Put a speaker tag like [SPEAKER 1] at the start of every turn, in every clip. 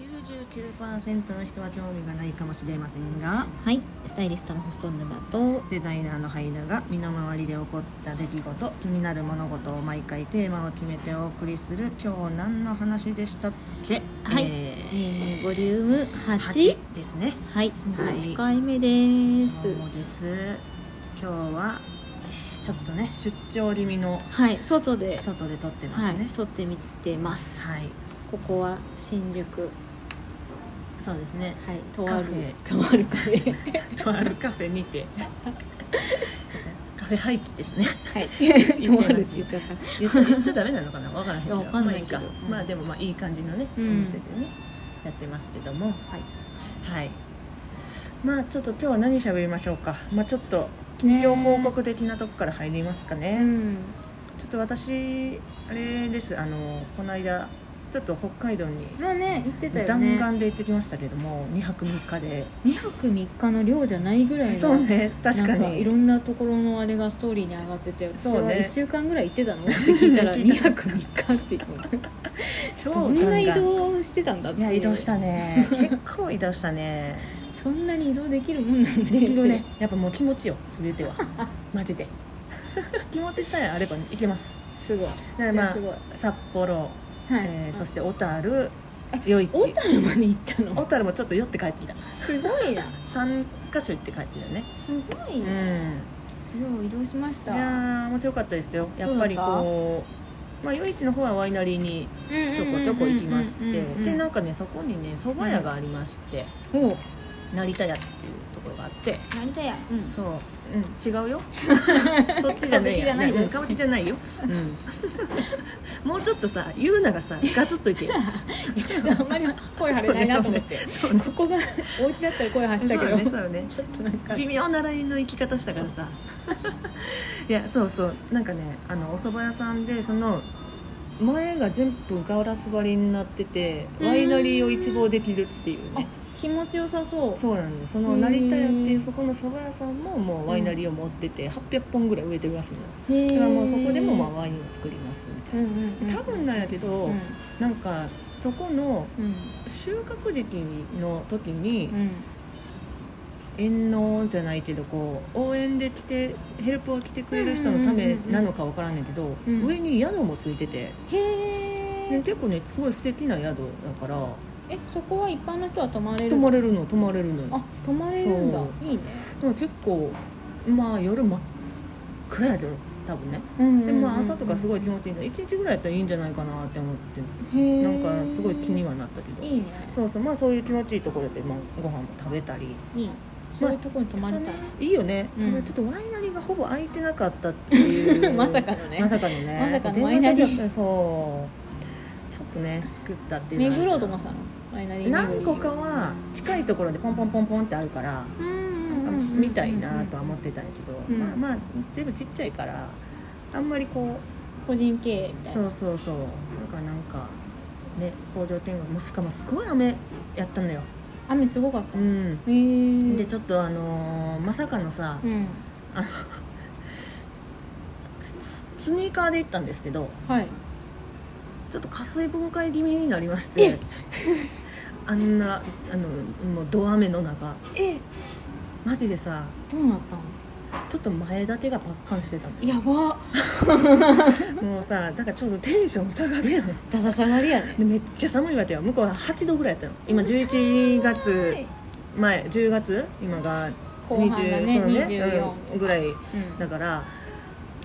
[SPEAKER 1] 99%の人は興味がないかもしれませんが
[SPEAKER 2] はいスタイリストの細沼と
[SPEAKER 1] デザイナーのハイダが身の回りで起こった出来事気になる物事を毎回テーマを決めてお送りする今日何の話でしたっけ
[SPEAKER 2] はい
[SPEAKER 1] え
[SPEAKER 2] え
[SPEAKER 1] ー
[SPEAKER 2] ー、ボリューム 8,
[SPEAKER 1] 8ですね
[SPEAKER 2] はい
[SPEAKER 1] はい
[SPEAKER 2] 8回目です、
[SPEAKER 1] そうです今日はちょっとね出張気味の
[SPEAKER 2] はい外で、
[SPEAKER 1] 外で撮ってま
[SPEAKER 2] は
[SPEAKER 1] す
[SPEAKER 2] い
[SPEAKER 1] ね
[SPEAKER 2] 撮ってみてます
[SPEAKER 1] はい、
[SPEAKER 2] ここは新宿
[SPEAKER 1] そうですね
[SPEAKER 2] はいとある
[SPEAKER 1] カ
[SPEAKER 2] とあるカフェ
[SPEAKER 1] とあるカフェにてカフェ配置ですね
[SPEAKER 2] はい
[SPEAKER 1] 言っち
[SPEAKER 2] と
[SPEAKER 1] ゃいます
[SPEAKER 2] あるって言っちゃった
[SPEAKER 1] 言っちゃ言っちゃダメなのかなわからへんけど
[SPEAKER 2] いやわかんないけ
[SPEAKER 1] ま
[SPEAKER 2] ど
[SPEAKER 1] あいいか
[SPEAKER 2] うん
[SPEAKER 1] まあでもまあいい感じのね、
[SPEAKER 2] うん
[SPEAKER 1] お店でねやってますけども
[SPEAKER 2] は
[SPEAKER 1] はいまあちょっと今日は何喋りましょうかまあちょっと
[SPEAKER 2] いね
[SPEAKER 1] 近況報告的なとこから入りますかね、
[SPEAKER 2] うん
[SPEAKER 1] ちょっと私あれですあのこの間ちょっと北海道に
[SPEAKER 2] まあね言ってたよ
[SPEAKER 1] 弾
[SPEAKER 2] ね
[SPEAKER 1] 丸で行ってきましたけども2泊3日で、
[SPEAKER 2] 2泊3日の量じゃないぐらいの
[SPEAKER 1] そうね確か
[SPEAKER 2] なんかいろ
[SPEAKER 1] に
[SPEAKER 2] んなところのあれがストーリーに上がってて私
[SPEAKER 1] そう
[SPEAKER 2] は
[SPEAKER 1] ね
[SPEAKER 2] 1週間ぐらい行ってたのって聞いた ら
[SPEAKER 1] 聞いた
[SPEAKER 2] 2泊3日っていう
[SPEAKER 1] 超
[SPEAKER 2] どんな移
[SPEAKER 1] 弾丸
[SPEAKER 2] 動してたんだって
[SPEAKER 1] いや移動したね結構移動したね
[SPEAKER 2] そんなに移動できるもんなんで
[SPEAKER 1] できるね やっぱもう気持ちよ全 てはマジで気持ちさえあればいけます
[SPEAKER 2] すごい
[SPEAKER 1] だからまあ
[SPEAKER 2] それすごい
[SPEAKER 1] 札幌、
[SPEAKER 2] はい、
[SPEAKER 1] えーそしてて小樽余市
[SPEAKER 2] 小樽まで行ったの
[SPEAKER 1] 小樽もちょっと寄って帰ってきた
[SPEAKER 2] すごいな
[SPEAKER 1] 3カ所行って帰ってきたね
[SPEAKER 2] すごいうな、よ
[SPEAKER 1] ん
[SPEAKER 2] う移動しまし
[SPEAKER 1] い
[SPEAKER 2] た
[SPEAKER 1] やー面白かったですよやっぱりこう、まあ、余市の方はワイナリーにちょこちょこ行きましてでなんかねそこにね蕎麦屋がありまして、
[SPEAKER 2] もう
[SPEAKER 1] 成田屋っていうところがあって
[SPEAKER 2] 成田屋うん
[SPEAKER 1] そう、うん、違う よそっちじゃねえ
[SPEAKER 2] 歌舞伎じ
[SPEAKER 1] や
[SPEAKER 2] ゃないの
[SPEAKER 1] うん歌舞伎じゃないよ、うん、もうちょっとさ言うならさガツッといけ よ
[SPEAKER 2] ちょっとあんまり声張れないなと思って、
[SPEAKER 1] そうね
[SPEAKER 2] ここがお家だったら声張っ
[SPEAKER 1] そ
[SPEAKER 2] て
[SPEAKER 1] う
[SPEAKER 2] たけ
[SPEAKER 1] ね
[SPEAKER 2] ど、
[SPEAKER 1] そうね
[SPEAKER 2] ちょっとなんか
[SPEAKER 1] 微妙なラインの行き方したからさいやそうそうなんかねあのお蕎麦屋さんでその前が全部ガラス張りになってて
[SPEAKER 2] うん
[SPEAKER 1] ワイナリーを一望できるっていうね
[SPEAKER 2] 気持ちよさそう
[SPEAKER 1] そうなんですその
[SPEAKER 2] うん
[SPEAKER 1] 成田屋っていうそこの蕎麦屋さんももうワイナリーを持ってて800本ぐらい植えてるらしいのよ
[SPEAKER 2] へ
[SPEAKER 1] だ
[SPEAKER 2] え
[SPEAKER 1] からもうそこでもまあワインを作りますみた
[SPEAKER 2] う
[SPEAKER 1] い
[SPEAKER 2] ん
[SPEAKER 1] な、
[SPEAKER 2] うんうん、
[SPEAKER 1] 多分なんやけど、
[SPEAKER 2] うん
[SPEAKER 1] なんかそこの
[SPEAKER 2] うん
[SPEAKER 1] 収穫時期の時に
[SPEAKER 2] うん
[SPEAKER 1] 遠納じゃないけどこう応援で来てヘルプを来てくれる人のためなのかわからんねんけど、
[SPEAKER 2] うん
[SPEAKER 1] 上に宿もついてて、
[SPEAKER 2] へ
[SPEAKER 1] で
[SPEAKER 2] え
[SPEAKER 1] 結構ねすごい素敵な宿だから
[SPEAKER 2] えそこは一般の人は泊まれる
[SPEAKER 1] 泊まれるの泊まれるのよ
[SPEAKER 2] あ泊まれるんだ
[SPEAKER 1] そ
[SPEAKER 2] いいね
[SPEAKER 1] でも結構まあ夜真っ暗やけど多分ね
[SPEAKER 2] うん
[SPEAKER 1] でもまあ朝とかすごい気
[SPEAKER 2] 持
[SPEAKER 1] 持ちいいんだ1日ぐらいやったらいいんじゃないかなって思って
[SPEAKER 2] ちいい
[SPEAKER 1] なんかすごい気にはなったけど
[SPEAKER 2] いいね
[SPEAKER 1] そうそうまあそういう気持ちいいところで、まあ、ご飯も食べたり
[SPEAKER 2] いいそういうとこに泊まりたい、
[SPEAKER 1] いいよね、
[SPEAKER 2] うん
[SPEAKER 1] ただちょっとワイナリーがほぼ空いてなかったっていう
[SPEAKER 2] まさかのね
[SPEAKER 1] まさかのね
[SPEAKER 2] まさかの
[SPEAKER 1] そう
[SPEAKER 2] ワイナリ
[SPEAKER 1] 電
[SPEAKER 2] ー
[SPEAKER 1] 話先だったそうちょっとねしくったっていう
[SPEAKER 2] 目
[SPEAKER 1] のは
[SPEAKER 2] 黒ともさんワイナリー巡り
[SPEAKER 1] 何個かは近いところでポンポンポンポンってあるから、
[SPEAKER 2] うんうんうんうん
[SPEAKER 1] みたいなとは思ってたんやけど、
[SPEAKER 2] うん
[SPEAKER 1] まあまあ全部ちっちゃいからあんまりこ
[SPEAKER 2] 個人経営み
[SPEAKER 1] う
[SPEAKER 2] たい
[SPEAKER 1] そ
[SPEAKER 2] な
[SPEAKER 1] うそうそうだからなんかね工場見学もしかもすごい雨やったのよ
[SPEAKER 2] 雨すごかった
[SPEAKER 1] う
[SPEAKER 2] へ
[SPEAKER 1] ん
[SPEAKER 2] え
[SPEAKER 1] でちょっとあのーまさかのさ、
[SPEAKER 2] うん
[SPEAKER 1] ススニーカーで行ったんですけど
[SPEAKER 2] はい
[SPEAKER 1] ちょっと加水分解気味になりましてあんなあのもうど雨の中
[SPEAKER 2] え
[SPEAKER 1] マジでさ
[SPEAKER 2] どうなったの
[SPEAKER 1] ちょっと前だけがパッカンしてた
[SPEAKER 2] やば
[SPEAKER 1] のもうさだからちょっとテンション下がるやんで
[SPEAKER 2] ダサ下がりやね
[SPEAKER 1] めっちゃ寒いわけよ向こうは8度ぐらいやったの今11月前10月今が
[SPEAKER 2] 後半だね
[SPEAKER 1] そう
[SPEAKER 2] 24
[SPEAKER 1] うんぐらい
[SPEAKER 2] うん
[SPEAKER 1] だから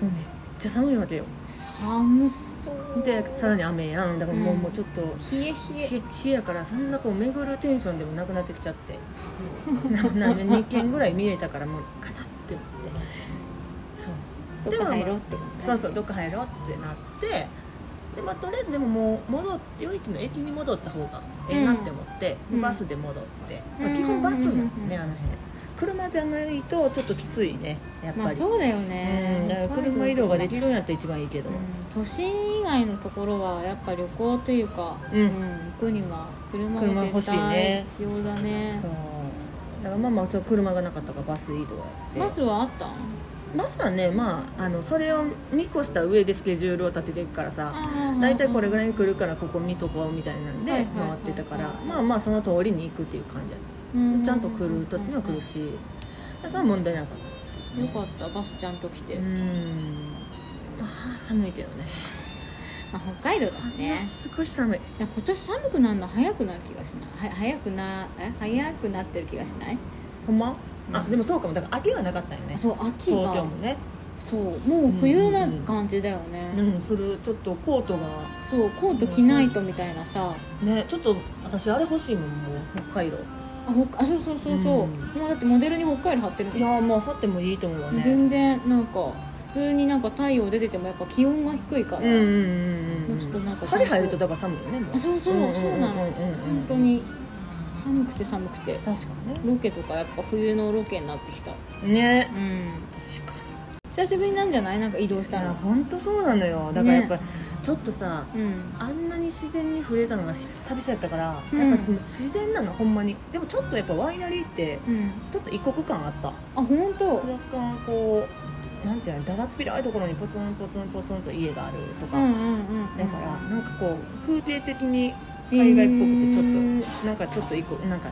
[SPEAKER 1] もうめっちゃ寒いわけよ
[SPEAKER 2] 寒そう
[SPEAKER 1] でさらに雨やんだからもう,、
[SPEAKER 2] うん
[SPEAKER 1] もうちょっと
[SPEAKER 2] 冷え冷え
[SPEAKER 1] 冷えやからそんなこう巡るテンションでもなくなってきちゃ ってなな2件ぐらい見えたからもうかなって思ってそう
[SPEAKER 2] どっか入ろうってこと
[SPEAKER 1] そうそうどっか入ろうってなってで、まあ、とりあえずでももう戻って夜市の駅に戻った方がええなって思って、
[SPEAKER 2] うん
[SPEAKER 1] バスで戻って、
[SPEAKER 2] うん
[SPEAKER 1] まあ基本バスなのね、
[SPEAKER 2] うん
[SPEAKER 1] あの辺車じゃないとちょっときついねやっぱり、
[SPEAKER 2] まあそうだよ
[SPEAKER 1] うん、だから
[SPEAKER 2] ね
[SPEAKER 1] 車移動ができ
[SPEAKER 2] る
[SPEAKER 1] るんやったら一番いいけど、
[SPEAKER 2] 都心以外のところはやっぱ旅行というか
[SPEAKER 1] うん
[SPEAKER 2] 行くには車
[SPEAKER 1] 車
[SPEAKER 2] が
[SPEAKER 1] 欲し
[SPEAKER 2] 絶
[SPEAKER 1] いね
[SPEAKER 2] 対必要だね
[SPEAKER 1] そうだからまあまあちょっと車がなかったからバス移動やって
[SPEAKER 2] バスはあったん
[SPEAKER 1] バスはねまああのそれを見越した上でスケジュールを立てていくからさ
[SPEAKER 2] 大
[SPEAKER 1] 大体これぐ
[SPEAKER 2] ら
[SPEAKER 1] ら
[SPEAKER 2] い
[SPEAKER 1] いに来るからここ見とこうみたいなんで
[SPEAKER 2] はい
[SPEAKER 1] 回
[SPEAKER 2] はいはいはい
[SPEAKER 1] ってたからまあまあその通りに行くっていう感じだっ
[SPEAKER 2] う
[SPEAKER 1] たちゃんと来る人っていうのは来るしそれは問題なかったですけど
[SPEAKER 2] よ
[SPEAKER 1] ね
[SPEAKER 2] かったバスちゃんと来て、
[SPEAKER 1] うんまあ寒いけどね
[SPEAKER 2] まあ、北海道だし
[SPEAKER 1] あん
[SPEAKER 2] ね
[SPEAKER 1] なすごい寒い
[SPEAKER 2] いや今年寒くなるの早くなる気がしないは早くなえ早くなってる気がしない
[SPEAKER 1] ほんま
[SPEAKER 2] うん
[SPEAKER 1] あでもそうかもだから秋がなかったよね
[SPEAKER 2] そう秋
[SPEAKER 1] 東京
[SPEAKER 2] が
[SPEAKER 1] もね
[SPEAKER 2] そうもう冬な感じだよね、
[SPEAKER 1] うんするちょっとコートが
[SPEAKER 2] そうコート着ないとみたいなさ
[SPEAKER 1] ねちょっと私あれ欲しいもんもう北海道
[SPEAKER 2] あほあそうそうそうそう、
[SPEAKER 1] うん
[SPEAKER 2] もうだってモデルに北海道貼ってるもん
[SPEAKER 1] いやもう掘ってもいいと思うわね
[SPEAKER 2] 全然なんか普通になんか太陽出ててもやっぱ気温が低いから、
[SPEAKER 1] うんうんうんうんうん
[SPEAKER 2] もうちょっとなんか
[SPEAKER 1] 針入るとだから寒いよねも
[SPEAKER 2] あそうそう,、そうなの、
[SPEAKER 1] うんうんうんうん
[SPEAKER 2] 本当に寒くて寒くて
[SPEAKER 1] 確か
[SPEAKER 2] ロケとかやっぱ冬のロケになってきた
[SPEAKER 1] にねね
[SPEAKER 2] うん
[SPEAKER 1] 確かに
[SPEAKER 2] 久しぶりなんじゃないなんか移動し
[SPEAKER 1] い
[SPEAKER 2] た
[SPEAKER 1] や
[SPEAKER 2] の
[SPEAKER 1] 本当そうなのよだからやっぱ、ちょっとさ
[SPEAKER 2] うん
[SPEAKER 1] あんなに自然に触れたのが久々やったから、
[SPEAKER 2] うん
[SPEAKER 1] やっぱその自然なのほんまにでもちょっとやっぱワイナリーって
[SPEAKER 2] うん
[SPEAKER 1] ちょっと異国感あった
[SPEAKER 2] あ本当
[SPEAKER 1] 若干こうなんていうのだだっ広いところにポツンポツンポツンと家があると
[SPEAKER 2] う
[SPEAKER 1] か、
[SPEAKER 2] んうんうんうん
[SPEAKER 1] だからなんかこう風景的に海外っぽくてちょっと、なんかちょっと行くなんか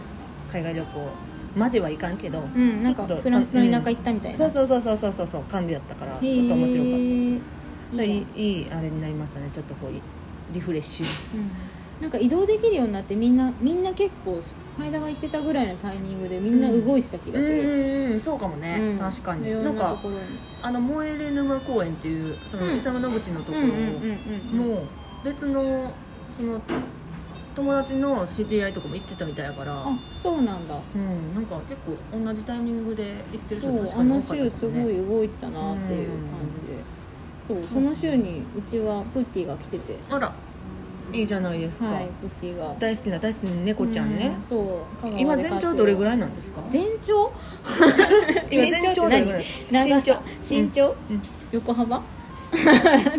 [SPEAKER 1] 海外旅行まではいかんけど、
[SPEAKER 2] うん、うん、なんか
[SPEAKER 1] ちょっと
[SPEAKER 2] フランスの田舎行ったみたいな
[SPEAKER 1] そうそうそうそうそうそうそう感じやったから
[SPEAKER 2] へー
[SPEAKER 1] ちょっと面白かった、だから
[SPEAKER 2] いい
[SPEAKER 1] い
[SPEAKER 2] ね
[SPEAKER 1] いいいあれになりましたねちょっとこうリフレッシュ
[SPEAKER 2] うんなんか移動できるようになってみんなみんな結構前田が行ってたぐらいのタイミングでみんな動いてた気がする、
[SPEAKER 1] んうんそうかもね、
[SPEAKER 2] うん
[SPEAKER 1] 確か
[SPEAKER 2] い
[SPEAKER 1] に
[SPEAKER 2] ろ
[SPEAKER 1] なんん
[SPEAKER 2] な
[SPEAKER 1] か
[SPEAKER 2] ところに
[SPEAKER 1] あの萌えれ沼公園っていうその
[SPEAKER 2] うん
[SPEAKER 1] 伊佐野口のところ
[SPEAKER 2] うんうんうんうん
[SPEAKER 1] も別のその友達の知り合いとかも行ってたみたいやから
[SPEAKER 2] あそうなんだ
[SPEAKER 1] うんなんか結構同じタイミングで行ってる
[SPEAKER 2] そ
[SPEAKER 1] 人
[SPEAKER 2] う
[SPEAKER 1] 確か
[SPEAKER 2] あ
[SPEAKER 1] に多
[SPEAKER 2] の
[SPEAKER 1] かった
[SPEAKER 2] 週
[SPEAKER 1] か
[SPEAKER 2] す
[SPEAKER 1] もね
[SPEAKER 2] ごい動いてたなっていう感じで、そう
[SPEAKER 1] そう
[SPEAKER 2] その週にうちはプッティが来てて
[SPEAKER 1] あらいいじゃないですか、
[SPEAKER 2] はいプッティが
[SPEAKER 1] 大好きな大好きな猫ちゃんね
[SPEAKER 2] う、そう香川で
[SPEAKER 1] 今全長どれぐ
[SPEAKER 2] い
[SPEAKER 1] らいなんですか
[SPEAKER 2] 全長
[SPEAKER 1] 今全長どれぐらい
[SPEAKER 2] 長さ
[SPEAKER 1] 身
[SPEAKER 2] 身長、
[SPEAKER 1] うん
[SPEAKER 2] 横幅
[SPEAKER 1] う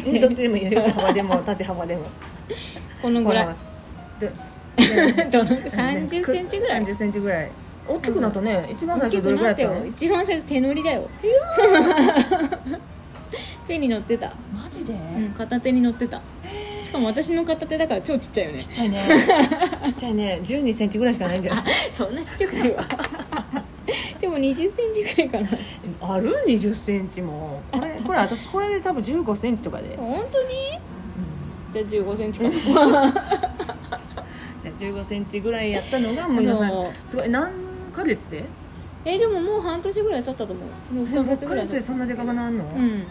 [SPEAKER 1] んどっちでもいいよ横幅でも縦幅でも
[SPEAKER 2] このぐらい
[SPEAKER 1] い
[SPEAKER 2] どの3 0ンチぐらい
[SPEAKER 1] 30センチぐらい大きくなったね一番最初どれぐらいやった
[SPEAKER 2] 大
[SPEAKER 1] の
[SPEAKER 2] きくなってよ一番最初手乗りだよ手に乗ってた、
[SPEAKER 1] マジで、
[SPEAKER 2] うん、片手に乗ってたしかも私の片手だから超ちっちゃいよね
[SPEAKER 1] ちっちゃいねちっちゃいね12センチぐらいしかないんじゃない
[SPEAKER 2] そんなちっちゃくないわ でも2 0ンチくらいかな
[SPEAKER 1] ある20センチもこれこれ私これで多分15センチとかで、
[SPEAKER 2] 本当にじゃあ1 5ンチかな
[SPEAKER 1] じゃあ15センチぐらいやったのがもう皆さん
[SPEAKER 2] そう
[SPEAKER 1] すごい何ヶ月で
[SPEAKER 2] えでももう半年ぐらい経ったと思うそ
[SPEAKER 1] 6
[SPEAKER 2] の2ヶ月
[SPEAKER 1] ヶ
[SPEAKER 2] ぐらい
[SPEAKER 1] 月でそんなでかくなんの、
[SPEAKER 2] うん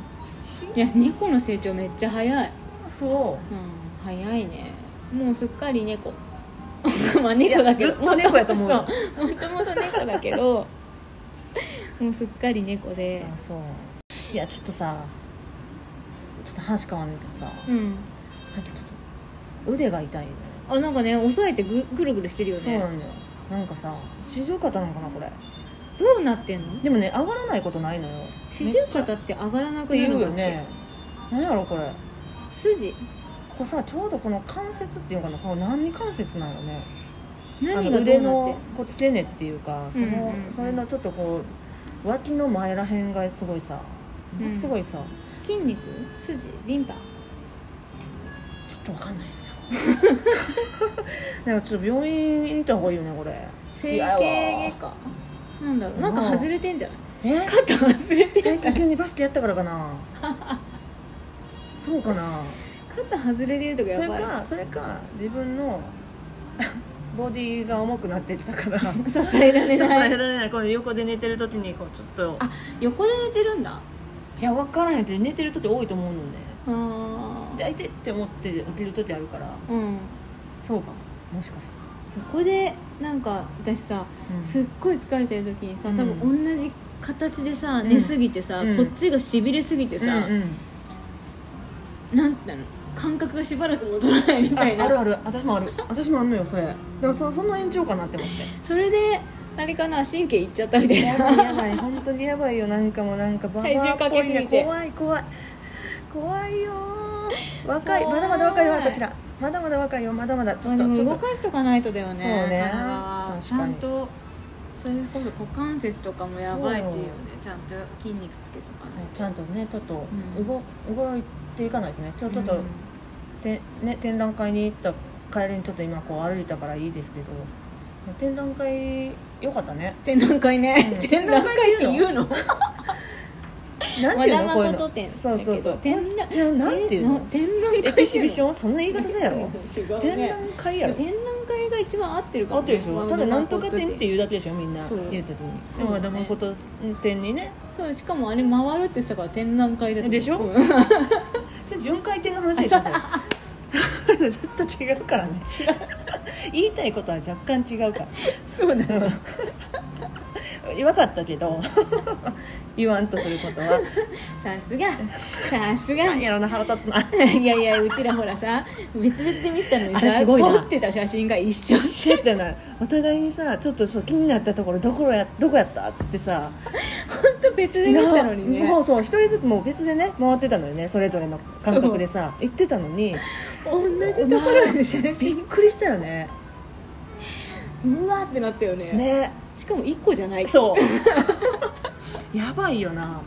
[SPEAKER 2] いや猫の成長めっちゃ早い
[SPEAKER 1] そ
[SPEAKER 2] うん早いねもうすっかり猫 まあ
[SPEAKER 1] うい
[SPEAKER 2] 猫だ
[SPEAKER 1] や
[SPEAKER 2] け
[SPEAKER 1] ず
[SPEAKER 2] ど
[SPEAKER 1] っと猫やと思う
[SPEAKER 2] そ
[SPEAKER 1] よ
[SPEAKER 2] うもともと猫だけどもうすっかり猫で
[SPEAKER 1] あそういやちょっとさちょっと話変わんねんけどさ
[SPEAKER 2] うん
[SPEAKER 1] さっきちょっと腕が痛いね
[SPEAKER 2] あなんかね押さえてぐぐるぐるしてるよ
[SPEAKER 1] そうな
[SPEAKER 2] ね
[SPEAKER 1] んだよなんかさ四十肩なのかなこれ
[SPEAKER 2] どうなってんの
[SPEAKER 1] でもね上がらないことないのよ
[SPEAKER 2] 四十
[SPEAKER 1] めっちゃっ
[SPEAKER 2] 肩って上がらなく
[SPEAKER 1] て
[SPEAKER 2] な
[SPEAKER 1] 言
[SPEAKER 2] る
[SPEAKER 1] うん
[SPEAKER 2] だ
[SPEAKER 1] よ
[SPEAKER 2] っけ、
[SPEAKER 1] ね何やろこれ
[SPEAKER 2] 筋
[SPEAKER 1] ここさちょうどこの関節っていうのかなこの何関節なのねあ
[SPEAKER 2] 何
[SPEAKER 1] の
[SPEAKER 2] がど
[SPEAKER 1] 腕
[SPEAKER 2] うなっ
[SPEAKER 1] のこう付け根っていうかその、
[SPEAKER 2] うんうんうん
[SPEAKER 1] それのちょっとこう脇の前らへんがすごいさ
[SPEAKER 2] うん
[SPEAKER 1] すごいさ、
[SPEAKER 2] て筋肉筋リンパ
[SPEAKER 1] ちょっとわかんないですよ なんかちょっと病院行った方がいいよねこれ
[SPEAKER 2] 整形外科なんだろうなんか外れてんじゃない
[SPEAKER 1] え
[SPEAKER 2] 肩外れて
[SPEAKER 1] 最
[SPEAKER 2] んじゃ
[SPEAKER 1] 近
[SPEAKER 2] ない
[SPEAKER 1] 急にバスケやったからかなそうかな
[SPEAKER 2] 肩外れてるとか
[SPEAKER 1] そ
[SPEAKER 2] や
[SPEAKER 1] れ
[SPEAKER 2] ばい
[SPEAKER 1] かそれか自分の ボディが重くなってきた から支
[SPEAKER 2] 支えられ
[SPEAKER 1] え
[SPEAKER 2] ない
[SPEAKER 1] られないこの横で寝てる時にこうちょっと
[SPEAKER 2] あ横で寝てるんだ
[SPEAKER 1] いや分からへんって寝てる時多いと思うのね
[SPEAKER 2] あ
[SPEAKER 1] で相手って思って起きる時あるから
[SPEAKER 2] うん
[SPEAKER 1] そうかもしかして、
[SPEAKER 2] 横でなんか私さ
[SPEAKER 1] うん
[SPEAKER 2] すっごい疲れてる時にさ
[SPEAKER 1] うん
[SPEAKER 2] 多分同じ形でさ、
[SPEAKER 1] うん
[SPEAKER 2] 寝すぎてさ、
[SPEAKER 1] うん
[SPEAKER 2] こっちがしびれすぎてさ、
[SPEAKER 1] うんうん
[SPEAKER 2] なんていうの感覚がしばらく戻らないみ
[SPEAKER 1] あ
[SPEAKER 2] たい
[SPEAKER 1] ある
[SPEAKER 2] な
[SPEAKER 1] ある私もある私もあんのよそれだからそその延長かなって思って
[SPEAKER 2] それであれかな神経いっちゃったみたい
[SPEAKER 1] や
[SPEAKER 2] な
[SPEAKER 1] ばいやばい本当にやばいよなんかもうなんかババアっぽい
[SPEAKER 2] 体重かけす
[SPEAKER 1] ね
[SPEAKER 2] ぎて
[SPEAKER 1] 怖い怖い怖いよー若い
[SPEAKER 2] 怖い
[SPEAKER 1] まだまだ若いよ私らまだまだ若いよまだまだちょっ
[SPEAKER 2] ま
[SPEAKER 1] と
[SPEAKER 2] あで
[SPEAKER 1] ちょっ
[SPEAKER 2] も動
[SPEAKER 1] と
[SPEAKER 2] かしとかないとだよね
[SPEAKER 1] そうね
[SPEAKER 2] 体は
[SPEAKER 1] 確
[SPEAKER 2] ち
[SPEAKER 1] か
[SPEAKER 2] ゃ
[SPEAKER 1] に
[SPEAKER 2] んと
[SPEAKER 3] それこそ股関節とかもやばいっていうよねちゃんと筋肉つけとかない
[SPEAKER 1] ちゃんとねちょっと
[SPEAKER 3] うん
[SPEAKER 1] 動,、動いていかないとね今日
[SPEAKER 3] と
[SPEAKER 1] ちょっと、てね、展覧会に行った帰りにちょっと今こう歩いたからいいですけど展覧会よかったね
[SPEAKER 3] 展覧会ね、
[SPEAKER 1] うん
[SPEAKER 3] 展覧会って言うの
[SPEAKER 1] なんていうのこう
[SPEAKER 2] 和
[SPEAKER 1] いうの
[SPEAKER 2] 田誠展
[SPEAKER 1] そうそうそう
[SPEAKER 2] 展覧
[SPEAKER 1] いやなんていうの
[SPEAKER 2] えな展覧会
[SPEAKER 1] エキシビションそんな言い方せんやろ
[SPEAKER 2] 違う
[SPEAKER 1] 展
[SPEAKER 2] ね
[SPEAKER 1] 覧会やろ
[SPEAKER 2] 展覧会が一番合ってるか
[SPEAKER 1] あ
[SPEAKER 2] も
[SPEAKER 1] ってるでしょただなんとか展って
[SPEAKER 2] いう
[SPEAKER 1] いうだけでしょみんな
[SPEAKER 2] そう
[SPEAKER 1] 言うてたのに
[SPEAKER 2] そう
[SPEAKER 1] でも和田誠展にね
[SPEAKER 2] そうしかもあれ回るってさから展覧会だと思う
[SPEAKER 1] でしょ
[SPEAKER 2] うん
[SPEAKER 1] それ巡回展の話でしょ それちょっと違うからね 言いたいことは若干違うから
[SPEAKER 2] そうだ ね
[SPEAKER 1] 分かったけど 言わんとすることは
[SPEAKER 2] さすがさすが
[SPEAKER 1] 何やろな腹立つない
[SPEAKER 2] やいやうちらほらさ別々で見せたのに
[SPEAKER 1] あれ
[SPEAKER 2] さ
[SPEAKER 1] すごいな
[SPEAKER 2] 撮ってた写真が一緒
[SPEAKER 1] 知ってないお互いにさちょっとそう気になったところどこやどこやったっつってさ
[SPEAKER 2] 本当別で見せたのにね
[SPEAKER 1] なもうそう一人ずつもう別でね回ってたのよねそれぞれの感覚でさ行ってたのに
[SPEAKER 2] 同じところで写
[SPEAKER 1] びっ
[SPEAKER 2] 真
[SPEAKER 1] くりしたよね
[SPEAKER 2] うわってなったよね
[SPEAKER 1] ね
[SPEAKER 2] しかも一個じゃない
[SPEAKER 1] そう やばいよな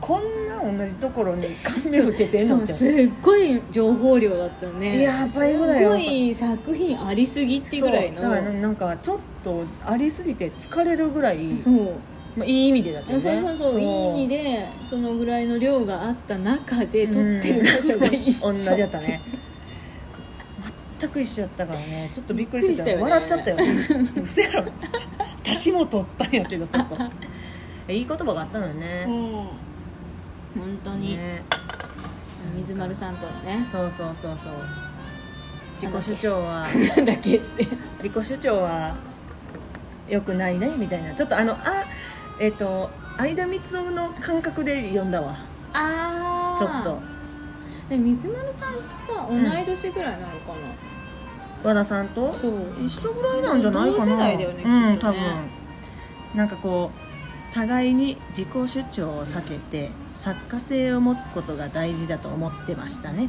[SPEAKER 1] こんな同じところに感銘受けて
[SPEAKER 2] し
[SPEAKER 1] ん
[SPEAKER 2] か
[SPEAKER 1] のっ
[SPEAKER 2] も
[SPEAKER 1] て
[SPEAKER 2] すっごい情報量だったね
[SPEAKER 1] いや倍ぐらい
[SPEAKER 2] す
[SPEAKER 1] は
[SPEAKER 2] ごい作品ありすぎっていうぐらいの
[SPEAKER 1] そうだからなんかちょっとありすぎて疲れるぐらい、
[SPEAKER 2] そう
[SPEAKER 1] まあ、いい意味でだった
[SPEAKER 2] そう
[SPEAKER 1] よね
[SPEAKER 2] そうそういい意味でそのぐらいの量があった中で撮ってる場所が一 緒
[SPEAKER 1] 同じだったね全く一緒だったからねちょっとびっくりしてた
[SPEAKER 2] びっくり
[SPEAKER 1] 笑っち
[SPEAKER 2] した
[SPEAKER 1] ゃ
[SPEAKER 2] よ
[SPEAKER 1] っ
[SPEAKER 2] ね
[SPEAKER 1] たよ嘘やろ私も取ったんやけどそこ いい言葉があったのよ
[SPEAKER 2] うん
[SPEAKER 1] ね,、
[SPEAKER 2] 本当に、
[SPEAKER 1] ね
[SPEAKER 2] 水丸さんとのね
[SPEAKER 1] そうそうそうそう自己主張は
[SPEAKER 2] なんだっけっつって
[SPEAKER 1] 自己主張はよくないねみたいなちょっとあのあえっ、と相田光雄の感覚で読んだわ
[SPEAKER 2] ああ
[SPEAKER 1] ちょっと
[SPEAKER 2] で水丸さんってさ同
[SPEAKER 1] ん
[SPEAKER 2] い年ぐらいなのかな、
[SPEAKER 1] 和田さんと
[SPEAKER 2] そう
[SPEAKER 1] 一緒ぐらいなんじゃないかな
[SPEAKER 2] 同世代だよね
[SPEAKER 1] うん
[SPEAKER 2] きっと
[SPEAKER 1] 多
[SPEAKER 2] ね
[SPEAKER 1] 分なんかこう互いに自己主張を避けて作家性を持つことが大事だと思ってましたね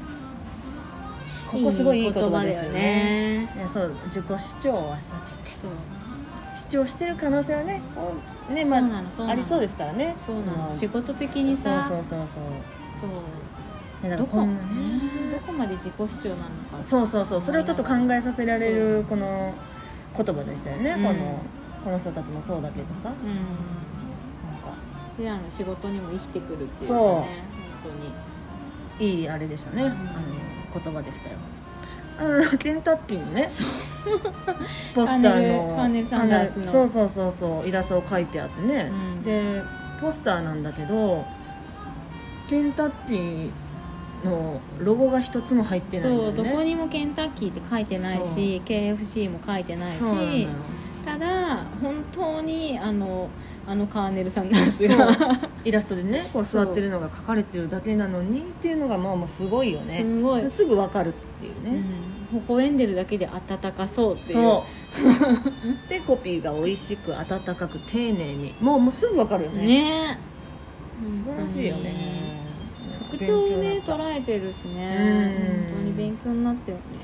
[SPEAKER 1] ここすごいいい言葉ですよね
[SPEAKER 2] いい言葉だよね
[SPEAKER 1] いやそう自己主張は避けて
[SPEAKER 2] そう
[SPEAKER 1] 主張してる可能性はねおね
[SPEAKER 2] そう
[SPEAKER 1] ま
[SPEAKER 2] なのそう
[SPEAKER 1] あ
[SPEAKER 2] なの
[SPEAKER 1] ありそうですからね
[SPEAKER 2] そうなの
[SPEAKER 1] ん
[SPEAKER 2] 仕事的にさ
[SPEAKER 1] そうそうそう
[SPEAKER 2] そう
[SPEAKER 1] そうだから
[SPEAKER 2] ど
[SPEAKER 1] こ
[SPEAKER 2] こ
[SPEAKER 1] んなね
[SPEAKER 2] どこまで自己主張なのか
[SPEAKER 1] そうそうそうそれをちょっと考えさせられるこの言葉でしたよね、
[SPEAKER 2] うん
[SPEAKER 1] このこの人たちもそうだけどさなんか
[SPEAKER 2] うんうちらの仕事にも生きてくるっていうかね
[SPEAKER 1] そう
[SPEAKER 2] 本当に
[SPEAKER 1] いいあれでしたね、
[SPEAKER 2] うん
[SPEAKER 1] あの言葉でしたよあのケンタッキーのね ポスターの
[SPEAKER 2] パネルパネルサンダースの
[SPEAKER 1] そうそうそうそうイラストを描いてあってね、
[SPEAKER 2] うん
[SPEAKER 1] でポスターなんだけどケンタッキーのロゴが一つも入ってないんだ
[SPEAKER 2] そ
[SPEAKER 1] よ
[SPEAKER 2] う
[SPEAKER 1] ね
[SPEAKER 2] どこにもケンタッキーって書いてないし KFC も書いてない
[SPEAKER 1] そうなんだ
[SPEAKER 2] し
[SPEAKER 1] よ
[SPEAKER 2] ただ本当にあのあのカーネルさんなんです
[SPEAKER 1] そ
[SPEAKER 2] が
[SPEAKER 1] う イラストでねこう座ってるのが書かれてるだけなのにっていうのがまあもうすごいよね
[SPEAKER 2] すごい、
[SPEAKER 1] すぐわかるっていう
[SPEAKER 2] う
[SPEAKER 1] ね、
[SPEAKER 2] ん、微笑んでるだけで温かそうっていう
[SPEAKER 1] そう でコピーが美味しく温かく丁寧にもうもうすぐわかるよね
[SPEAKER 2] ね
[SPEAKER 1] 素晴らしいよね
[SPEAKER 2] 口調を
[SPEAKER 1] 勉
[SPEAKER 2] ね
[SPEAKER 1] 強になっ
[SPEAKER 2] 捉えてるしね
[SPEAKER 1] うん
[SPEAKER 2] 本当に勉強になってる
[SPEAKER 1] た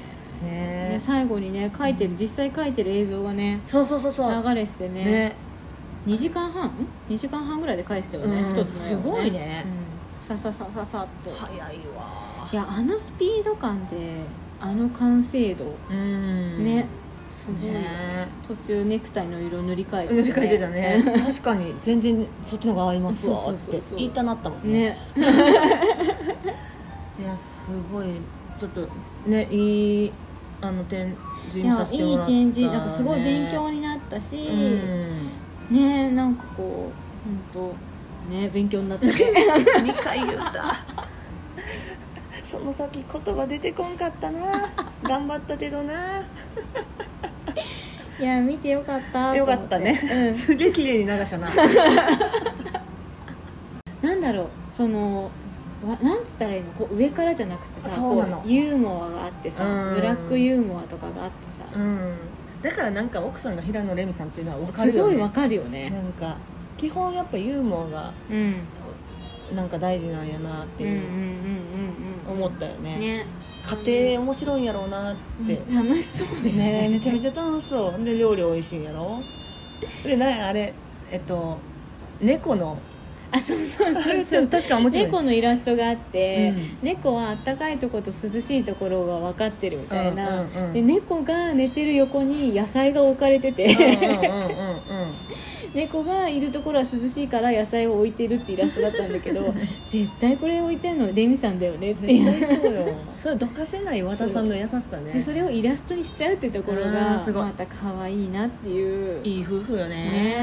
[SPEAKER 2] ね
[SPEAKER 1] ね
[SPEAKER 2] ね最後にね書いてる実際書いてる映像がね
[SPEAKER 1] そうそうそうそう
[SPEAKER 2] 流れしてね
[SPEAKER 1] ね
[SPEAKER 2] 2時間半ん2時間半ぐらいで返してよね
[SPEAKER 1] うん
[SPEAKER 2] 一、つの絵を
[SPEAKER 1] すごいね
[SPEAKER 2] うんさささささっと
[SPEAKER 1] 早いわ
[SPEAKER 2] いやあのスピード感であの完成度
[SPEAKER 1] うん
[SPEAKER 2] ねすごいよ、
[SPEAKER 1] ね
[SPEAKER 2] 途中ネクタイの色塗り替えて、
[SPEAKER 1] 塗り替えてたね 確かに全然そっちの方が合いますわっ
[SPEAKER 2] そうそうそ
[SPEAKER 1] て
[SPEAKER 2] うそう
[SPEAKER 1] 言いたなったもん
[SPEAKER 2] ね
[SPEAKER 1] いやすごいちょっとねいいあの展示
[SPEAKER 2] い
[SPEAKER 1] に
[SPEAKER 2] や
[SPEAKER 1] させ
[SPEAKER 2] い
[SPEAKER 1] ても
[SPEAKER 2] い
[SPEAKER 1] らった
[SPEAKER 2] 展示なんかすごい勉強
[SPEAKER 1] に
[SPEAKER 2] になったし、
[SPEAKER 1] うん
[SPEAKER 2] ねなんかこう本当ね勉強になった ね
[SPEAKER 1] 二回言ったその先言葉出てこんかった な頑張ったけどない
[SPEAKER 2] や見てよかったと
[SPEAKER 1] よ
[SPEAKER 2] 思
[SPEAKER 1] か
[SPEAKER 2] て
[SPEAKER 1] ったね、すげえ綺麗に流したな
[SPEAKER 2] うん、なんだろうそのわなんつったらいいのこう上からじゃなくてさ
[SPEAKER 1] そうなの
[SPEAKER 2] こうユーモアがあってさ、
[SPEAKER 1] うん
[SPEAKER 2] ブラックユーモアとかがあってさ、
[SPEAKER 1] うんだからなんか奥さんが平野レミさんっていうのは分か
[SPEAKER 2] す
[SPEAKER 1] るよ
[SPEAKER 2] ごい
[SPEAKER 1] ね
[SPEAKER 2] わかるよね
[SPEAKER 1] なんか基本やっぱユーモアが
[SPEAKER 2] うん
[SPEAKER 1] なんか大事なんやなっ
[SPEAKER 2] う
[SPEAKER 1] て
[SPEAKER 2] んうんうん
[SPEAKER 1] いうう、思ったよ
[SPEAKER 2] んう
[SPEAKER 1] ね
[SPEAKER 2] んね
[SPEAKER 1] 家庭面白いんやろうなって、
[SPEAKER 2] うん楽しそうだよ
[SPEAKER 1] ね
[SPEAKER 2] ね
[SPEAKER 1] めちゃめちゃ楽しそうで料理美味しいんやろでなあれえっと猫の
[SPEAKER 2] あそうそう
[SPEAKER 1] あ
[SPEAKER 2] そう
[SPEAKER 1] れっ
[SPEAKER 2] そ
[SPEAKER 1] て
[SPEAKER 2] う
[SPEAKER 1] 確か面白いね
[SPEAKER 2] 猫のイラストがあって、
[SPEAKER 1] うん
[SPEAKER 2] 猫はあったかいとこと涼しいところが分かってるみたいな、
[SPEAKER 1] うんうんうん
[SPEAKER 2] で猫が寝てる横に野菜が置かれて
[SPEAKER 1] うんうんうん
[SPEAKER 2] て、
[SPEAKER 1] うんうん
[SPEAKER 2] 猫がいるところは涼しいから野菜を置いてるってイラストだったんだ けど絶対これ置いてんのレミさんだよねっていう
[SPEAKER 1] 絶対そうよそれどかせない和田さんの優しさ
[SPEAKER 2] で
[SPEAKER 1] ね
[SPEAKER 2] それをイラストにしちゃうってところ
[SPEAKER 1] あー
[SPEAKER 2] が
[SPEAKER 1] すごい
[SPEAKER 2] また可愛いなっていう
[SPEAKER 1] いい夫婦よね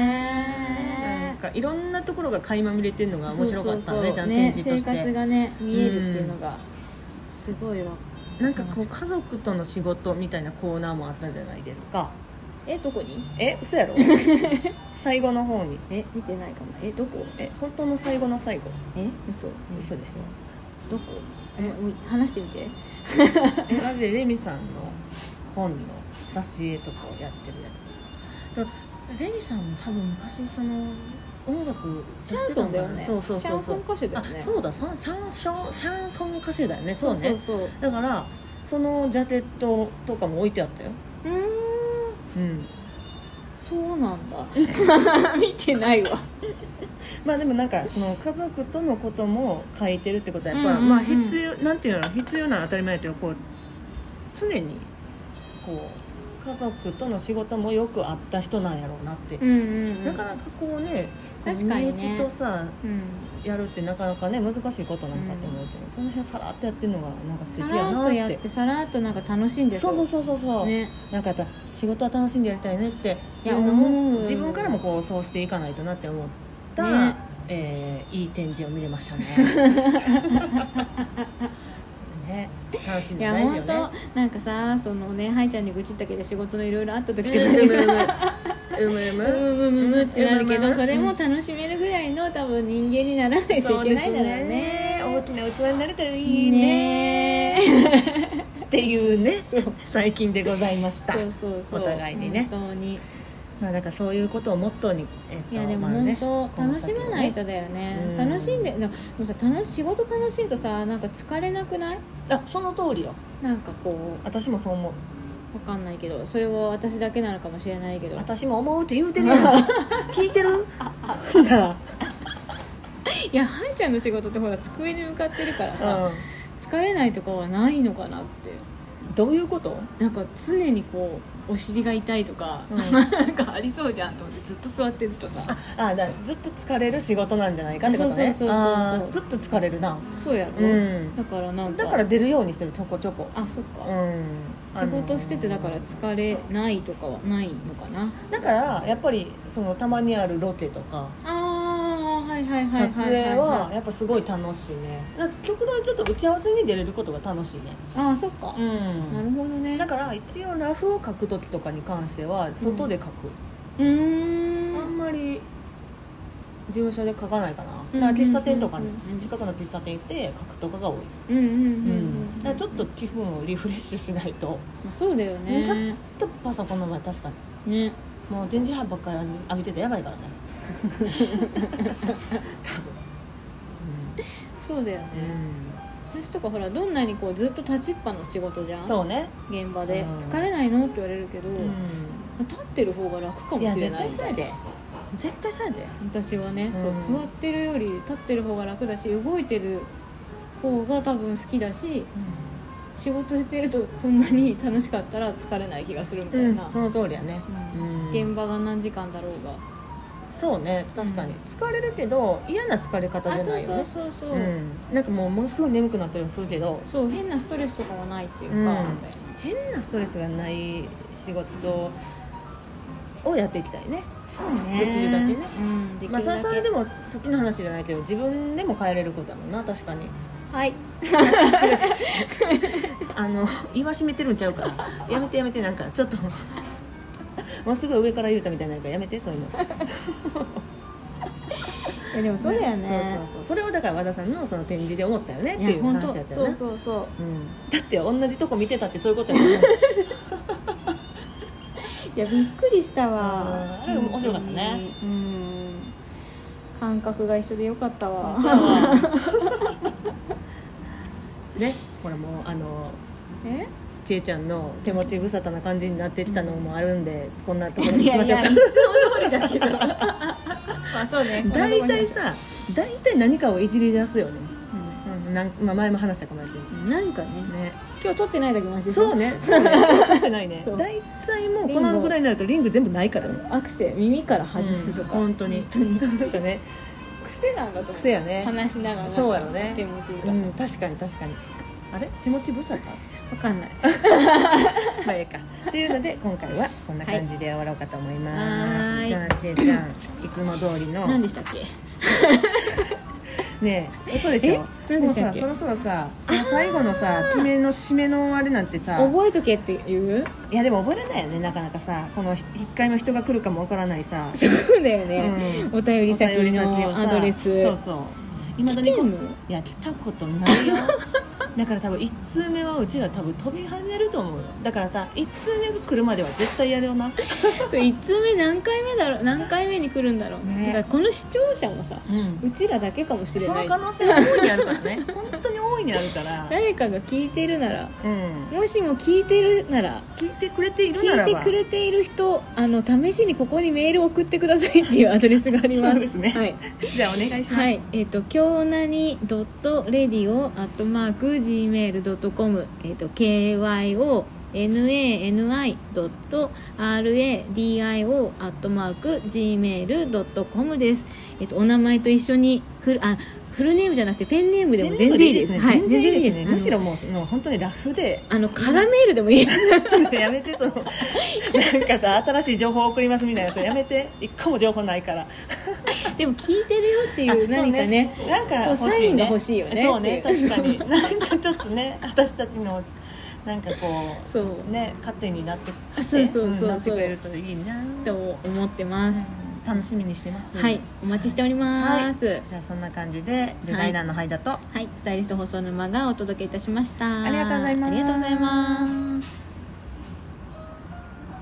[SPEAKER 1] なん
[SPEAKER 2] ね
[SPEAKER 1] かいろんなところが垣間見れてるのが面白かった
[SPEAKER 2] そう
[SPEAKER 1] ね
[SPEAKER 2] そうそう
[SPEAKER 1] 展示として、
[SPEAKER 2] ね、生活がね見えるっていうのがすごいわ
[SPEAKER 1] なんかこう家族との仕事みたいなコーナーもあったじゃないですか
[SPEAKER 2] えどこに
[SPEAKER 1] え嘘 やろ最後の方に
[SPEAKER 2] え見てないかもえどこ
[SPEAKER 1] え本当の最後の最後
[SPEAKER 2] え嘘
[SPEAKER 1] 嘘でしょ
[SPEAKER 2] どこえもう話してみて
[SPEAKER 1] えマジでレミさんの本の挿絵とかをやってるやつとレミさんも多分昔その音楽
[SPEAKER 2] シャンソンだよね
[SPEAKER 1] そうそうそうそう
[SPEAKER 2] シャンソン歌手だよね
[SPEAKER 1] あそうだシャンシャンシャンシャンソン歌手だよねそうね
[SPEAKER 2] そうそう
[SPEAKER 1] だからそのジャケットとかも置いてあったよ
[SPEAKER 2] そううーん
[SPEAKER 1] うん
[SPEAKER 2] そうなんだ 見てないわ
[SPEAKER 1] まあでもなんかその家族とのことも書いてるってことはやっぱ、
[SPEAKER 2] うんうんうん
[SPEAKER 1] まあ必要なんていうの必要なのは当たり前だけどこう常にこう家族との仕事もよくあった人なんやろうなって、
[SPEAKER 2] うんうん
[SPEAKER 1] なかなかこうねこう
[SPEAKER 2] 確かにね
[SPEAKER 1] 身内とさ
[SPEAKER 2] うん
[SPEAKER 1] やるってなかなかね難しいことなんかと思うけど、その辺さらっとやってるのがなんか素
[SPEAKER 2] さ
[SPEAKER 1] 敵や
[SPEAKER 2] らっと
[SPEAKER 1] な
[SPEAKER 2] や
[SPEAKER 1] っ
[SPEAKER 2] っててさらっとなんか楽しんで
[SPEAKER 1] そうそうそうそうそう、
[SPEAKER 2] ね
[SPEAKER 1] なんかやっぱ仕事は楽しんでやりたいねってい
[SPEAKER 2] いや
[SPEAKER 1] うのも
[SPEAKER 2] 思う
[SPEAKER 1] 自分からもこうそうしていかないとなって思った、
[SPEAKER 2] ね
[SPEAKER 1] えーいい展示を見れましたね。ね楽しん
[SPEAKER 2] い
[SPEAKER 1] で
[SPEAKER 2] や
[SPEAKER 1] 大事よ
[SPEAKER 2] 本当、
[SPEAKER 1] ね。
[SPEAKER 2] なんかさそのねハイちゃんに愚痴ったけど仕事のいろいろあった時とか
[SPEAKER 1] う
[SPEAKER 2] に
[SPEAKER 1] む
[SPEAKER 2] さ
[SPEAKER 1] うむうむう
[SPEAKER 2] う
[SPEAKER 1] むうむ
[SPEAKER 2] むむむむってなるけ
[SPEAKER 1] う
[SPEAKER 2] ど
[SPEAKER 1] ん
[SPEAKER 2] それも楽しめるぐらいの多分人間にならないとい
[SPEAKER 1] そう
[SPEAKER 2] け
[SPEAKER 1] で
[SPEAKER 2] な
[SPEAKER 1] す
[SPEAKER 2] いだろう
[SPEAKER 1] ね。大
[SPEAKER 2] ね
[SPEAKER 1] きな器になれたらいいね
[SPEAKER 2] ね
[SPEAKER 1] っていうね
[SPEAKER 2] そう
[SPEAKER 1] 最近でございました。
[SPEAKER 2] そうそうそ う
[SPEAKER 1] お互いにね
[SPEAKER 2] 本当に
[SPEAKER 1] まあだからそういうことをモットーにえっと
[SPEAKER 2] いやでも
[SPEAKER 1] まあね
[SPEAKER 2] 本
[SPEAKER 1] こ
[SPEAKER 2] 当、
[SPEAKER 1] の
[SPEAKER 2] 楽し
[SPEAKER 1] 先も
[SPEAKER 2] ま
[SPEAKER 1] ね
[SPEAKER 2] ないとだよね
[SPEAKER 1] うん
[SPEAKER 2] 楽しんででもさ楽し仕事楽しいとさなんか疲れなくない
[SPEAKER 1] あその通りよ。
[SPEAKER 2] なんかこ
[SPEAKER 1] 私もそう思う。
[SPEAKER 2] うわかんないけどそれは私だけなのかもしれないけど
[SPEAKER 1] 私も思うって言うてるやん 聞いてるなあ
[SPEAKER 2] いやハイちゃんの仕事ってほら机に向かってるから
[SPEAKER 1] う
[SPEAKER 2] さ、疲れないとかはないのかなって
[SPEAKER 1] ん、どういうこと、
[SPEAKER 2] なんか常にこうお尻が痛いとか、
[SPEAKER 1] うん
[SPEAKER 2] なんかありそうじゃんと思ってずっと座ってるとさ
[SPEAKER 1] あだずっと疲れる仕事なんじゃないかってことね
[SPEAKER 2] そうそうそうそう
[SPEAKER 1] あーずっと疲れるな
[SPEAKER 2] そうやろ、
[SPEAKER 1] うん
[SPEAKER 2] だからなんか
[SPEAKER 1] だから出るようにしてるちょこちょこ
[SPEAKER 2] あそっ
[SPEAKER 1] う
[SPEAKER 2] か、
[SPEAKER 1] ん
[SPEAKER 2] 仕事しててだから
[SPEAKER 1] あの
[SPEAKER 2] 疲れないとかはないのかな
[SPEAKER 1] ーだからやっぱりそのたまにあるロケとか
[SPEAKER 2] あーはいはいはい
[SPEAKER 1] 撮
[SPEAKER 2] はい
[SPEAKER 1] 影
[SPEAKER 2] い
[SPEAKER 1] はいやっぱすごい楽しいねだから極論ちょっと打ち合わせに出れることが楽しいね
[SPEAKER 2] あーそっか、
[SPEAKER 1] ん
[SPEAKER 2] なるほどね
[SPEAKER 1] だから一応ラフを書く時とかに関しては外で書く、
[SPEAKER 2] うーん
[SPEAKER 1] あんまり事務所で書かないかな、
[SPEAKER 2] うん
[SPEAKER 1] だから喫茶店とかに
[SPEAKER 2] うんうんうん
[SPEAKER 1] 近くの喫茶店行って書くとかが多い、
[SPEAKER 2] うんうんう
[SPEAKER 1] う
[SPEAKER 2] んうんん、
[SPEAKER 1] だからちょっと気分をリフレッシュしないと、
[SPEAKER 2] まあ、そうだよね
[SPEAKER 1] ちょっとパソコンの前確かに
[SPEAKER 2] ね
[SPEAKER 1] もう電磁波ばっかり浴びててやばいから ね
[SPEAKER 2] そうだよね、
[SPEAKER 1] 多分、
[SPEAKER 2] 私とかほらどんなにこうずっと立ちっぱの仕事じゃ
[SPEAKER 1] うんん、そうね、
[SPEAKER 2] 現場で
[SPEAKER 1] うん
[SPEAKER 2] 「疲れないの?」って言われるけど、立ってる方が楽かも
[SPEAKER 1] いや
[SPEAKER 2] しれ
[SPEAKER 1] 絶
[SPEAKER 2] ない
[SPEAKER 1] 対そうやで絶対そうやで
[SPEAKER 2] 私はね、
[SPEAKER 1] うん
[SPEAKER 2] そう座ってるより立ってる方が楽だし動いてる方が多分好きだし仕事してるとそんなに楽しかったら疲れない気がするみたいな、
[SPEAKER 1] その通りやね、
[SPEAKER 2] うん現場が何時間だろうが
[SPEAKER 1] そうね確かに、疲れるけど嫌な疲れ方じゃないよね
[SPEAKER 2] そうそうそうそう、
[SPEAKER 1] うん、なんかもうものすごい眠くなったりもするけど
[SPEAKER 2] そう変なストレスとかはないっていうか、
[SPEAKER 1] うん
[SPEAKER 2] みたいな
[SPEAKER 1] 変なストレスがない仕事をやっていきたいね、
[SPEAKER 2] そう
[SPEAKER 1] できるだけね
[SPEAKER 2] うん、でき
[SPEAKER 1] まあ、
[SPEAKER 2] る
[SPEAKER 1] そ
[SPEAKER 2] だ
[SPEAKER 1] れ
[SPEAKER 2] け、
[SPEAKER 1] それでもさっきの話じゃないけど自分でも変えれることだもんな確かに違
[SPEAKER 2] はい、
[SPEAKER 1] う違う違うあの言わしめてるんちゃうから やめてやめてなんかちょっと もうすぐ上から言うたみたいになるからやめてそういうの
[SPEAKER 2] いやでもそうだよね
[SPEAKER 1] そうそうそうそれをだから和田さんのその展示で思ったよねって
[SPEAKER 2] や
[SPEAKER 1] いう
[SPEAKER 2] 本当
[SPEAKER 1] 話だったよ
[SPEAKER 2] そう
[SPEAKER 1] ね
[SPEAKER 2] そうそう
[SPEAKER 1] うんだって同じとこ見てたってそういうことやもんね
[SPEAKER 2] いやびっくりしたわ
[SPEAKER 1] あーあれ面白かったね
[SPEAKER 2] うん感覚が一緒でよかったわ
[SPEAKER 1] ね、これもうあの
[SPEAKER 2] え
[SPEAKER 1] ちえちゃんの手持ち無沙汰な感じになってきたのもあるんで、こんなところに
[SPEAKER 3] いや
[SPEAKER 1] し
[SPEAKER 3] いや
[SPEAKER 1] ま
[SPEAKER 3] い
[SPEAKER 1] しょう
[SPEAKER 3] や
[SPEAKER 1] か
[SPEAKER 3] いつも通りだけどまあそう ね
[SPEAKER 1] 大体さ大体何かをいじり出すよね、
[SPEAKER 2] う
[SPEAKER 1] うんなんまあ、前も話したかもやけど
[SPEAKER 2] んなんかね
[SPEAKER 1] ね
[SPEAKER 2] 今日撮ってないだけマシでしょ
[SPEAKER 1] そうねそうねちょっと撮ってないね
[SPEAKER 2] そう
[SPEAKER 1] 大体もうこのぐらいになるとリング全部ないからね
[SPEAKER 2] アクセ耳から外すとか、
[SPEAKER 1] うん本当になんかね
[SPEAKER 2] 癖なんだと思う
[SPEAKER 1] 癖やね
[SPEAKER 2] 話しながら
[SPEAKER 1] そうやろね
[SPEAKER 2] 手持ちいか
[SPEAKER 1] う
[SPEAKER 2] さ、
[SPEAKER 1] ん確かに確かにあれ手持ち無沙汰
[SPEAKER 2] 分かんない
[SPEAKER 1] まあええかっていうので今回はこんな感じで終わろうかと思います、
[SPEAKER 2] はい
[SPEAKER 1] じゃあちえちゃんいつも通りの
[SPEAKER 2] 何でしたっけ
[SPEAKER 1] ねえ嘘でしょ
[SPEAKER 2] え何でしたっけ
[SPEAKER 1] もうさそろそろさその最後のさ決めの締めのあれなんてさ
[SPEAKER 2] 覚えとけって言う
[SPEAKER 1] いやでも覚えられないよねなかなかさこの一回も人が来るかもわからないさ
[SPEAKER 2] そうだよね、
[SPEAKER 1] うん
[SPEAKER 2] お便り先
[SPEAKER 1] お便りを
[SPEAKER 2] の
[SPEAKER 1] さ
[SPEAKER 2] アドレス
[SPEAKER 1] そうそういまだ
[SPEAKER 2] 来
[SPEAKER 1] に
[SPEAKER 2] て
[SPEAKER 1] こ
[SPEAKER 2] ん
[SPEAKER 1] う
[SPEAKER 2] の
[SPEAKER 1] いや来たことないよ だから多分1通目はうちら多分飛び跳ねると思うよだからさ1通目が来るまでは絶対やるよな
[SPEAKER 2] それ1通目何回目だろう何回目に来るんだろう、
[SPEAKER 1] ね
[SPEAKER 2] てかこの視聴者もさ
[SPEAKER 1] うん
[SPEAKER 2] うちらだけかもしれ
[SPEAKER 1] そ
[SPEAKER 2] な
[SPEAKER 1] の
[SPEAKER 2] い
[SPEAKER 1] 可能性は大いにあるから ね本当に大いにあるから
[SPEAKER 2] 誰かが聞いてるなら
[SPEAKER 1] うん
[SPEAKER 2] もしも聞いてるなら
[SPEAKER 1] 聞いてくれているな
[SPEAKER 2] 聞
[SPEAKER 1] ら
[SPEAKER 2] い
[SPEAKER 1] ば
[SPEAKER 2] てくれている人あの試しにここにメールを送ってくださいっていうアドレスがあります
[SPEAKER 1] そうですね
[SPEAKER 2] はい
[SPEAKER 1] じゃあお願いします、
[SPEAKER 2] はい、えっ、と、京なにドットレディオアットマーク g メールドットコム。えっ、と、k y o n a n i ドット r a d i o アットマーク g メールドットコムです。えっ、と、お名前と一緒にフルあフルネームじゃなくてペンネームでも全然いいです。
[SPEAKER 1] ね
[SPEAKER 2] はい、
[SPEAKER 1] 全然いいですね、
[SPEAKER 2] 全然
[SPEAKER 1] むしろもうもう本当にラフで
[SPEAKER 2] あの、あのカラメールでもいい。
[SPEAKER 1] やめてそのなんかさ新しい情報を送りますみたいなやつやめて一個も情報ないから
[SPEAKER 2] でも聞いてるよっていう
[SPEAKER 1] あそう
[SPEAKER 2] 何かね。
[SPEAKER 1] なんか
[SPEAKER 2] こう
[SPEAKER 1] 欲しい、ね、
[SPEAKER 2] サインが欲しいよね
[SPEAKER 1] そうね
[SPEAKER 2] ってい
[SPEAKER 1] 確かになんかちょっとね私たちのなんかこ
[SPEAKER 2] そう
[SPEAKER 1] うね糧になって
[SPEAKER 2] あそうそうそ
[SPEAKER 1] んな
[SPEAKER 2] う
[SPEAKER 1] って
[SPEAKER 2] そう
[SPEAKER 1] くれるといいな
[SPEAKER 2] と思ってま
[SPEAKER 1] う
[SPEAKER 2] す、
[SPEAKER 1] ん楽しみにしてます
[SPEAKER 2] はい、お待ちしております。
[SPEAKER 1] じゃあそんな感じでデザイナーのハイダと、
[SPEAKER 2] はい、スタイリスト放送沼がお届けいたしました。
[SPEAKER 1] ありがとうございます
[SPEAKER 2] ありがとうございます。